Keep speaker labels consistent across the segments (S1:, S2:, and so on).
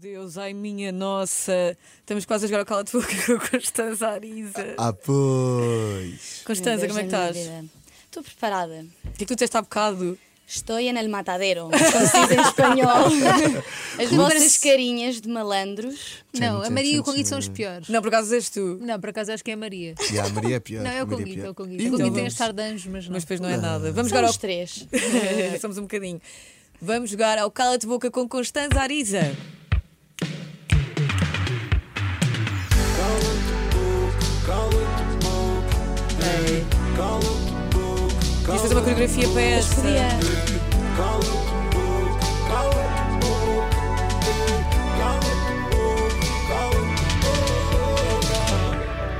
S1: Deus, ai minha nossa. Estamos quase a jogar ao cala de boca com a Constanza Arisa.
S2: Ah, pois.
S1: Constanza, como é que estás?
S3: Estou preparada.
S1: O que é que tu disseste há bocado?
S3: Estou en el matadero, como se diz em espanhol. As vossas carinhas de malandros.
S4: Não,
S2: Tchum,
S4: a
S2: tchum,
S4: Maria e
S2: tchum,
S4: o Conguito são os
S2: tchum.
S4: piores.
S1: Não, por acaso és tu,
S4: Não, por acaso acho que é a Maria.
S2: E a Maria é pior.
S4: Não, é
S2: a
S4: o
S2: Maria
S4: Conguito, é
S2: pior.
S4: o Conguito.
S2: Ih,
S4: O Conguito
S2: então
S4: tem
S2: vamos.
S4: estar de anjos, mas não.
S1: mas depois não é nada. Vamos
S3: São
S1: jogar
S3: os
S1: ao.
S3: três.
S1: Somos um bocadinho. Vamos jogar ao cala de boca com Constanza Arisa. Queres fazer é uma coreografia para essa?
S3: Podia.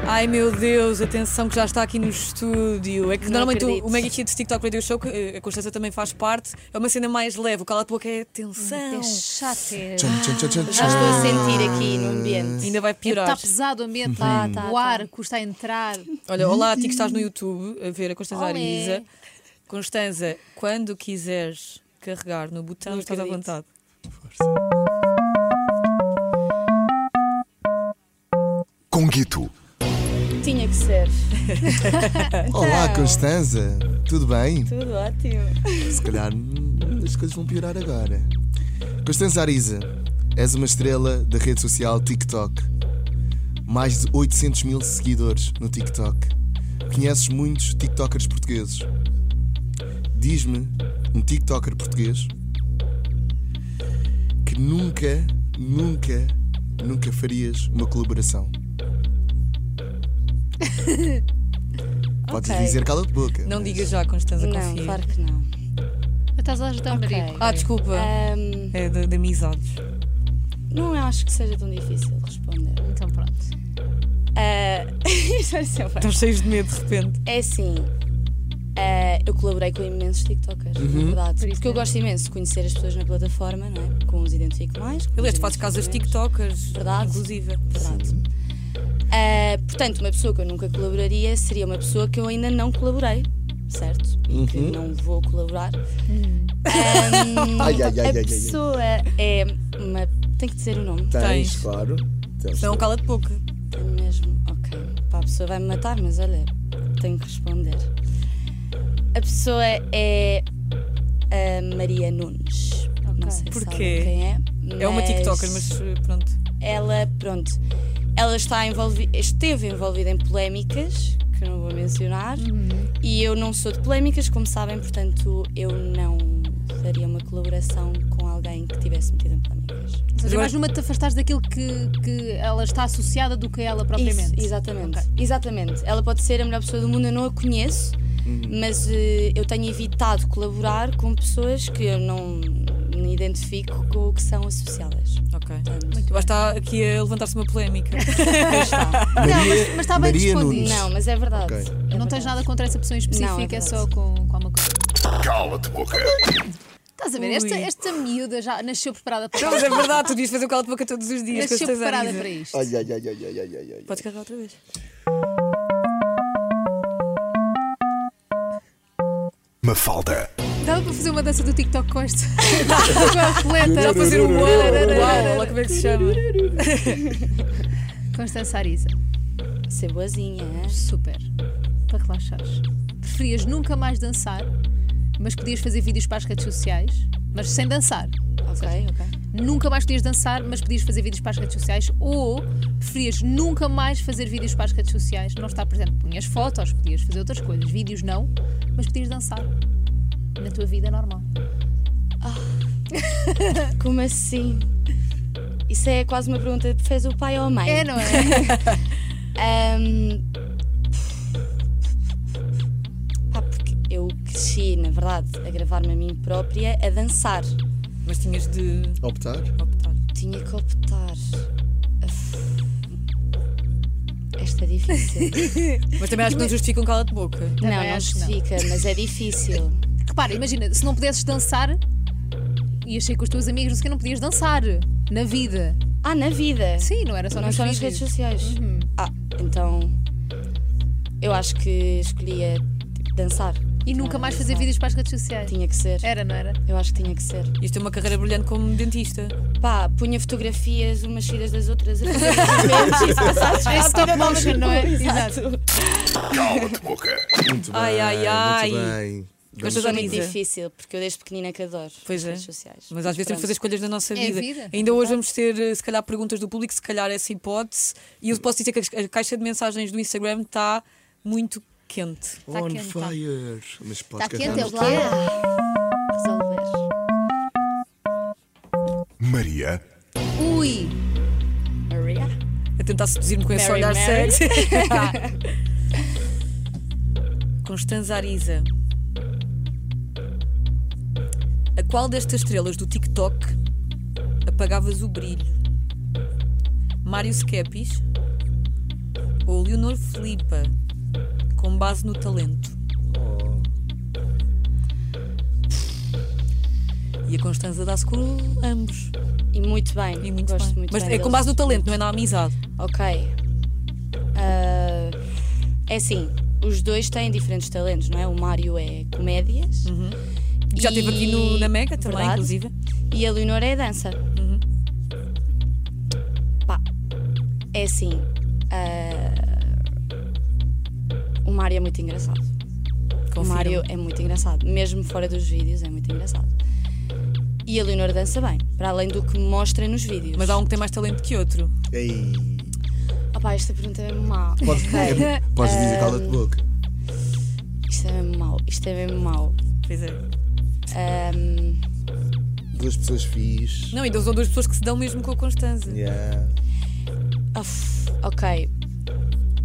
S1: Ai meu Deus, atenção que já está aqui no estúdio. É que
S3: Não
S1: normalmente o,
S3: acredito.
S1: o Mega Hits TikTok Radio Show, que eh, a Constança também faz parte, é uma cena mais leve. O cala de boca é tensão.
S4: É chato, é.
S2: Tchum, tchum, tchum, tchum,
S3: Já estou a
S2: tchum.
S3: sentir aqui no ambiente.
S1: Ainda vai piorar.
S4: Está pesado o ambiente,
S2: Uhum.
S3: Tá, tá,
S4: o
S3: tá.
S4: ar custa a entrar.
S1: Olha, olá a ti que estás no YouTube a ver a Constanza
S3: Olé.
S1: Arisa. Constanza, quando quiseres carregar no botão,
S3: Não
S1: estás à
S3: acredito.
S1: vontade.
S2: Conguito.
S1: Ah.
S3: Tinha que ser.
S2: Olá, Constanza. Tudo bem?
S3: Tudo ótimo.
S2: Se calhar hum, as coisas vão piorar agora. Constanza Arisa, és uma estrela da rede social TikTok. Mais de 800 mil seguidores no TikTok. Conheces muitos TikTokers portugueses. Diz-me um TikToker português que nunca, nunca, nunca farias uma colaboração. Podes
S3: Ok.
S2: dizer cala de boca.
S1: Não
S2: mas-
S1: digas já, Constanza,
S3: Não,
S1: confia.
S3: claro que não.
S4: Mas estás a ajudar a
S3: Ok.
S4: Maria.
S1: Ah, desculpa.
S3: Ahm,
S1: É de, de amizades.
S3: não acho que seja tão difícil responder.
S4: Então pronto.
S3: Ah, isto vai ser bem.
S1: Estão cheios de medo de repente.
S3: É assim. eh, eu colaborei com imensos TikTokers,
S1: Uhum.
S3: na verdade.
S4: Por isso
S3: Porque eu
S1: é.
S4: mesmo.
S3: gosto imenso de conhecer as pessoas na plataforma, não é? Com os identifico mais. com
S1: Aliás,
S3: os
S1: tu fazes casas
S3: identifico
S1: TikTokers.
S3: Verdade.
S1: Inclusive.
S3: menos. Verdade. Eh, portanto, uma pessoa que eu nunca colaboraria seria uma pessoa que eu ainda não colaborei, certo? E que não vou colaborar.
S1: Hum.
S3: Ahm,
S2: Ai, ai, ai, ai,
S3: a
S2: ai, ai.
S3: pessoa é uma. Tem que dizer o nome.
S1: Tens.
S2: claro. Tens.
S1: Senão cala de boca.
S3: Tenho mesmo, ok. Pá, a pessoa vai me matar, mas olha, tenho que responder. A pessoa é a Maria Nunes. Não sei se
S1: Porquê?
S3: sabem quem é.
S1: É uma TikToker, mas eh, pronto.
S3: Ela, pronto, ela está envolvi esteve envolvida em polémicas, que eu não vou mencionar, e eu não sou de polémicas, como sabem, portanto, eu não faria uma colaboração com alguém que tivesse metido em polémicas.
S4: Ou seja,
S1: agora-
S4: mais numa te afastares daquilo que, que ela está associada do que ela propriamente.
S3: Isso, exatamente. Exatamente. Ela pode ser a melhor pessoa do mundo, eu não a conheço, mas eh, eu tenho evitado colaborar com pessoas que eu não me identifico com o que são associadas.
S1: Ok. Eu
S3: Portanto,
S1: acho que Tipo, está aqui a levantar-se uma polémica.
S3: aí está.
S4: Não, mas, mas está bem
S2: Ah, Maria
S4: respondido.
S2: Nunes.
S3: não, mas é verdade.
S2: Ok.
S3: É
S4: Não
S3: verdade.
S4: tens nada contra essa pessoa em específico,
S3: Não, é
S4: é,
S3: verdade.
S4: só com, com alguma coisa.
S2: Cala-te, boca.
S4: Estás a ver?
S1: Ui.
S4: Esta, esta miúda já nasceu preparada para
S1: Não, mas é verdade, tu devias fazer o cala de boca todos os dias.
S4: Nasceu
S1: Constanza
S4: preparada
S1: Arisa.
S4: para isto.
S2: Ai, ai, ai, ai, ai, ai, ai, ai.
S1: Podes carregar outra vez.
S5: Mafalda.
S4: Dava para fazer uma dança do TikTok com esta. com a atleta.
S1: Dá para fazer um uau, uau, lá como é que se chama?
S4: Constança Arisa.
S3: Ser boazinha, é?
S4: Super. Para relaxares. Preferias nunca mais dançar, mas podias fazer vídeos para as redes sociais, mas sem dançar.
S3: Ok, ok.
S4: Nunca mais podias dançar, mas podias fazer vídeos para as redes sociais. Ou preferias nunca mais fazer vídeos para as redes sociais. Não está, por exemplo, punhas fotos, podias fazer outras coisas. Vídeos não, mas podias dançar. Na tua vida normal.
S3: Como assim? Isso é quase uma pergunta que fez o pai ou a mãe.
S4: É, não é?
S3: Ahm, Pá, porque eu cresci, na verdade, a gravar-me a mim própria a dançar.
S1: Mas tinhas de
S2: Optar?
S1: optar.
S3: Tinha que optar. Uf. Esta é difícil.
S1: Mas também acho que não justifica um cala de boca.
S3: não,
S4: Também
S3: não
S4: acho que não.
S3: justifica, mas é difícil.
S4: Repara, imagina, se não pudesses dançar, ias sair com os teus amigos, não sei o quê, não podias dançar. Na vida.
S3: Ah, na vida.
S4: Sim, Uhum. não era só
S3: Não
S4: nos
S3: só nas redes
S4: vídeos.
S3: sociais. Ah, então. Eu acho que escolhia tipo, dançar.
S4: E nunca mais fazer
S3: Exato.
S4: vídeos para as redes sociais.
S3: Tinha que ser.
S4: Era, não era?
S3: Eu acho que tinha que ser.
S1: Isto é uma carreira brilhante como dentista.
S3: Pá, punha fotografias umas cheiras das outras a fazer movimentos e se passasse
S4: É
S3: rápido,
S4: stop
S3: eu dava
S4: motion, não é? Exato.
S5: Cala-te boca.
S2: Muito bem.
S1: Ai, ai, ai.
S2: Muito bem.
S1: Gostas
S3: Mas
S1: da
S3: é muito
S1: Marisa?
S3: difícil, porque eu desde pequenina que adoro
S1: Pois
S3: as
S1: é.
S3: redes sociais.
S1: Mas às vezes temos
S3: pronto.
S1: que fazer escolhas na nossa
S4: É a
S1: vida.
S4: vida.
S1: Ainda hoje vamos ter, eh, se calhar, perguntas do público, se calhar essa hipótese. E eu posso dizer que a- a caixa de mensagens do Instagram está muito quente.
S4: Tá
S2: On
S4: quente, tá.
S2: fire. Mas pode
S4: Está quente, é o
S2: carregar.
S4: que é. Resolver.
S5: Maria
S4: Ui,
S3: Maria?
S1: A tentar seduzir-me com esse
S3: Mary,
S1: olhar
S3: Mary.
S1: sexy. Constanza Ariza. A qual destas estrelas do TikTok apagavas o brilho? Mário Skepis ou Leonor Filipa, com base no talento?
S3: Oh.
S1: E a Constanza dá-se com ambos.
S3: E muito bem.
S1: E muito
S3: Gosto
S1: bem.
S3: muito
S1: Mas
S3: bem
S1: é com
S3: deles.
S1: base no talento, não é na amizade.
S3: Ok. Ah, é assim, os dois têm diferentes talentos, não é? O Mário é comédias
S1: Uhum. Já esteve aqui no- na Mega também,
S3: Verdade.
S1: inclusive.
S3: e a Leonora é dança. Pá, é assim. ah, o Mário é muito engraçado. O
S1: Confirmo.
S3: Mário é muito engraçado, mesmo fora dos vídeos, é muito engraçado. E a Leonora dança bem, para além do que mostra nos vídeos.
S1: Mas há um que tem mais talento que outro.
S4: é.
S2: Ei.
S3: Opá, esta pergunta é má.
S2: Podes
S1: É.
S2: dizer, podes dizer cala-te boca.
S3: Isto é mesmo mau, isto é mesmo mau.
S1: Pois é.
S3: Ahm,
S2: Duas pessoas fixe.
S1: Não, ainda são duas pessoas que se dão mesmo com a Constanza.
S2: Yeah.
S3: uf, ok.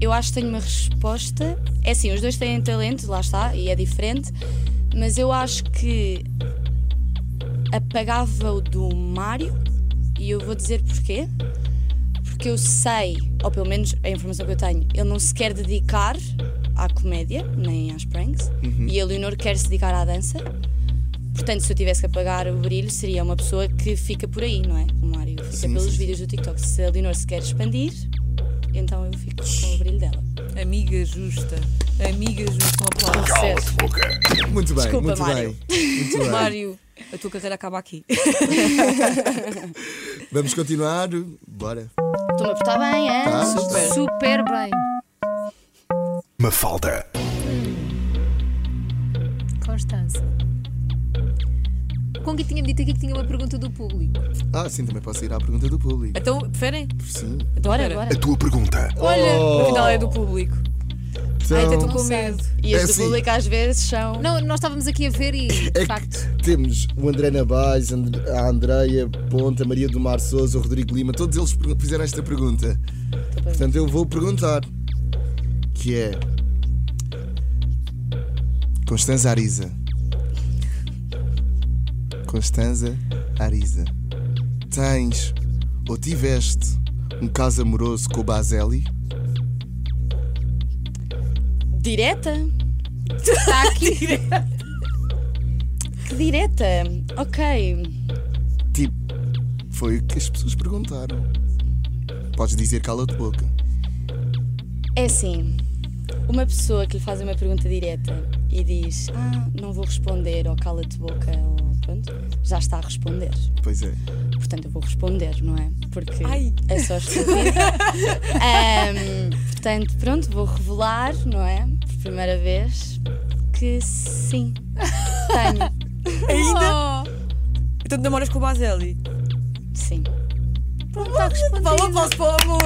S3: Eu acho que tenho uma resposta. É assim, os dois têm talento, lá está, e é diferente. Mas eu acho que apagava o do Mário e eu vou dizer porquê. Porque eu sei, ou pelo menos a informação que eu tenho, ele não se quer dedicar à comédia, nem às pranks,
S2: Uhum.
S3: e a Leonor quer se dedicar à dança. Portanto, se eu tivesse que apagar o brilho, seria uma pessoa que fica por aí, não é? O Mário fica
S2: Sim,
S3: pelos
S2: sim, sim.
S3: vídeos do TikTok. Se a Leonor se quer expandir, então eu fico com o brilho dela.
S1: Amiga justa. Amiga justa, um aplauso.
S5: Cala-te boca.
S2: Muito bem,
S3: Desculpa,
S2: muito
S3: Mário.
S2: bem. Muito bem.
S1: Mário, a tua carreira acaba aqui.
S2: Vamos continuar. Bora.
S3: Estou-me a portar bem, hein?
S2: Tá.
S1: Super.
S4: super bem.
S5: Mafalda.
S4: Constança. O Conga tinha-me dito aqui que tinha uma pergunta do público.
S2: Ah, sim, também posso ir à pergunta do público.
S1: Então, preferem?
S2: Sim.
S1: Então,
S3: Bora,
S1: espera.
S3: bora.
S5: A tua pergunta.
S1: Olha,
S2: Oh.
S1: afinal é do público. Ai, até estou
S2: Então,
S1: com
S4: sei.
S1: medo.
S3: E as
S2: É
S3: do
S2: assim.
S3: público às vezes são.
S4: Não, nós estávamos aqui a ver e, de
S2: É
S4: facto,
S2: que temos o André Nabais, And- a Andreia Ponta, a Maria do Mar Souza, o Rodrigo Lima, todos eles pergu- fizeram esta pergunta. Portanto, eu vou perguntar: que é. Constanza Ariza. Constanza Ariza. Tens ou tiveste um caso amoroso com o Baselli?
S3: Direta?
S4: está aqui.
S3: Tá Que direta? Ok.
S2: Tipo, foi o que as pessoas perguntaram. Podes dizer cala-te boca.
S3: É assim. Uma pessoa que lhe faz uma pergunta direta e diz Ah, não vou responder, ou cala-te boca, ou pronto, já está a responder.
S2: Pois é.
S3: Portanto, eu vou responder, não é? Porque
S1: Ai.
S3: é só estúpido. Ahm, portanto, pronto, vou revelar, não é? Por primeira vez, que sim, tenho.
S4: Ainda?
S1: Então, te namoras com o Baselli.
S3: Sim.
S4: Pronto, está respondido.
S1: Vá, um aplauso para o amor.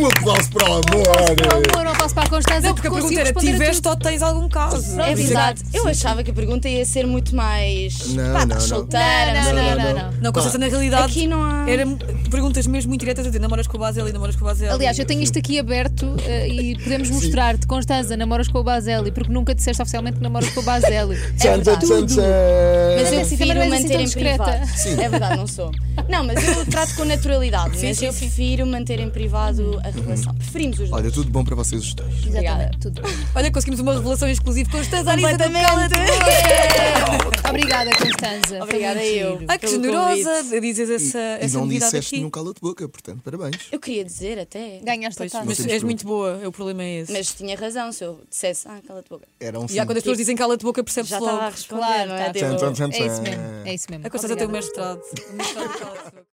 S2: Um aplauso para o
S4: Para o
S2: amor!
S4: amor, um aplauso para a Constança.
S1: Não, porque a
S4: que
S1: pergunta
S4: conseguiu
S1: era:
S4: responder a
S1: tiveste
S4: tudo.
S1: ou tens algum caso?
S3: É
S4: Pronto.
S3: verdade.
S2: Sim,
S3: Eu
S2: sim.
S3: achava que a pergunta ia ser muito mais.
S2: Não,
S3: pá, tá
S2: não, não.
S3: solteira,
S4: Não, não, não, não.
S1: Não, Constança, na realidade,
S3: Aqui não há.
S1: era perguntas mesmo muito diretas a dizer: namoras com o Baselli, namoras com o Baselli.
S4: Aliás, eu tenho isto aqui aberto eh, e podemos mostrar-te, Constanza, namoras com o Baselli, porque nunca disseste oficialmente que namoras com o Baselli.
S3: É verdade.
S2: tchan.
S3: Mas é eu
S4: Mas assim, também
S3: prefiro
S4: não és assim tão
S3: manter em
S4: discreta.
S3: privado. É verdade, não sou. Não, mas eu trato com naturalidade,
S1: Sim,
S3: mas
S1: sim,
S3: eu
S1: sim.
S3: prefiro manter em privado a relação. Preferimos os dois.
S2: Uhum. Olha, tudo bom para vocês os dois.
S4: Exatamente, tudo bem.
S1: Olha, conseguimos uma revelação exclusiva com os
S4: é
S1: Tazarisa do Cala-te
S4: Obrigada, Constanza. Foi
S3: Obrigada
S4: muito
S3: eu.
S4: giro.
S1: Ai, que
S3: Pelo
S1: generosa
S3: convite.
S1: de dizes essa,
S2: E- e
S1: essa
S2: não
S1: novidade
S2: disseste
S1: aqui.
S2: nenhum cala de boca, portanto, parabéns.
S3: Eu queria dizer até,
S4: Ganhaste a
S1: Pois,
S4: taça.
S1: mas
S2: temos
S1: és
S2: grupo.
S1: muito boa, o problema é esse.
S3: mas tinha razão se eu dissesse, ah, cala-te boca.
S2: Era um
S1: Já quando as pessoas dizem cala-te boca, percebes
S3: Já
S1: logo.
S3: estava a
S1: A
S3: responder,
S4: Claro,
S3: não é?
S4: tá.
S3: Tipo,
S2: Tchan, tchan, tchan,
S4: É isso
S2: tchan.
S4: mesmo. É isso mesmo.
S1: Constanza tem o
S4: Obrigada.
S1: mestrado. O mestrado do Cala-te Boca.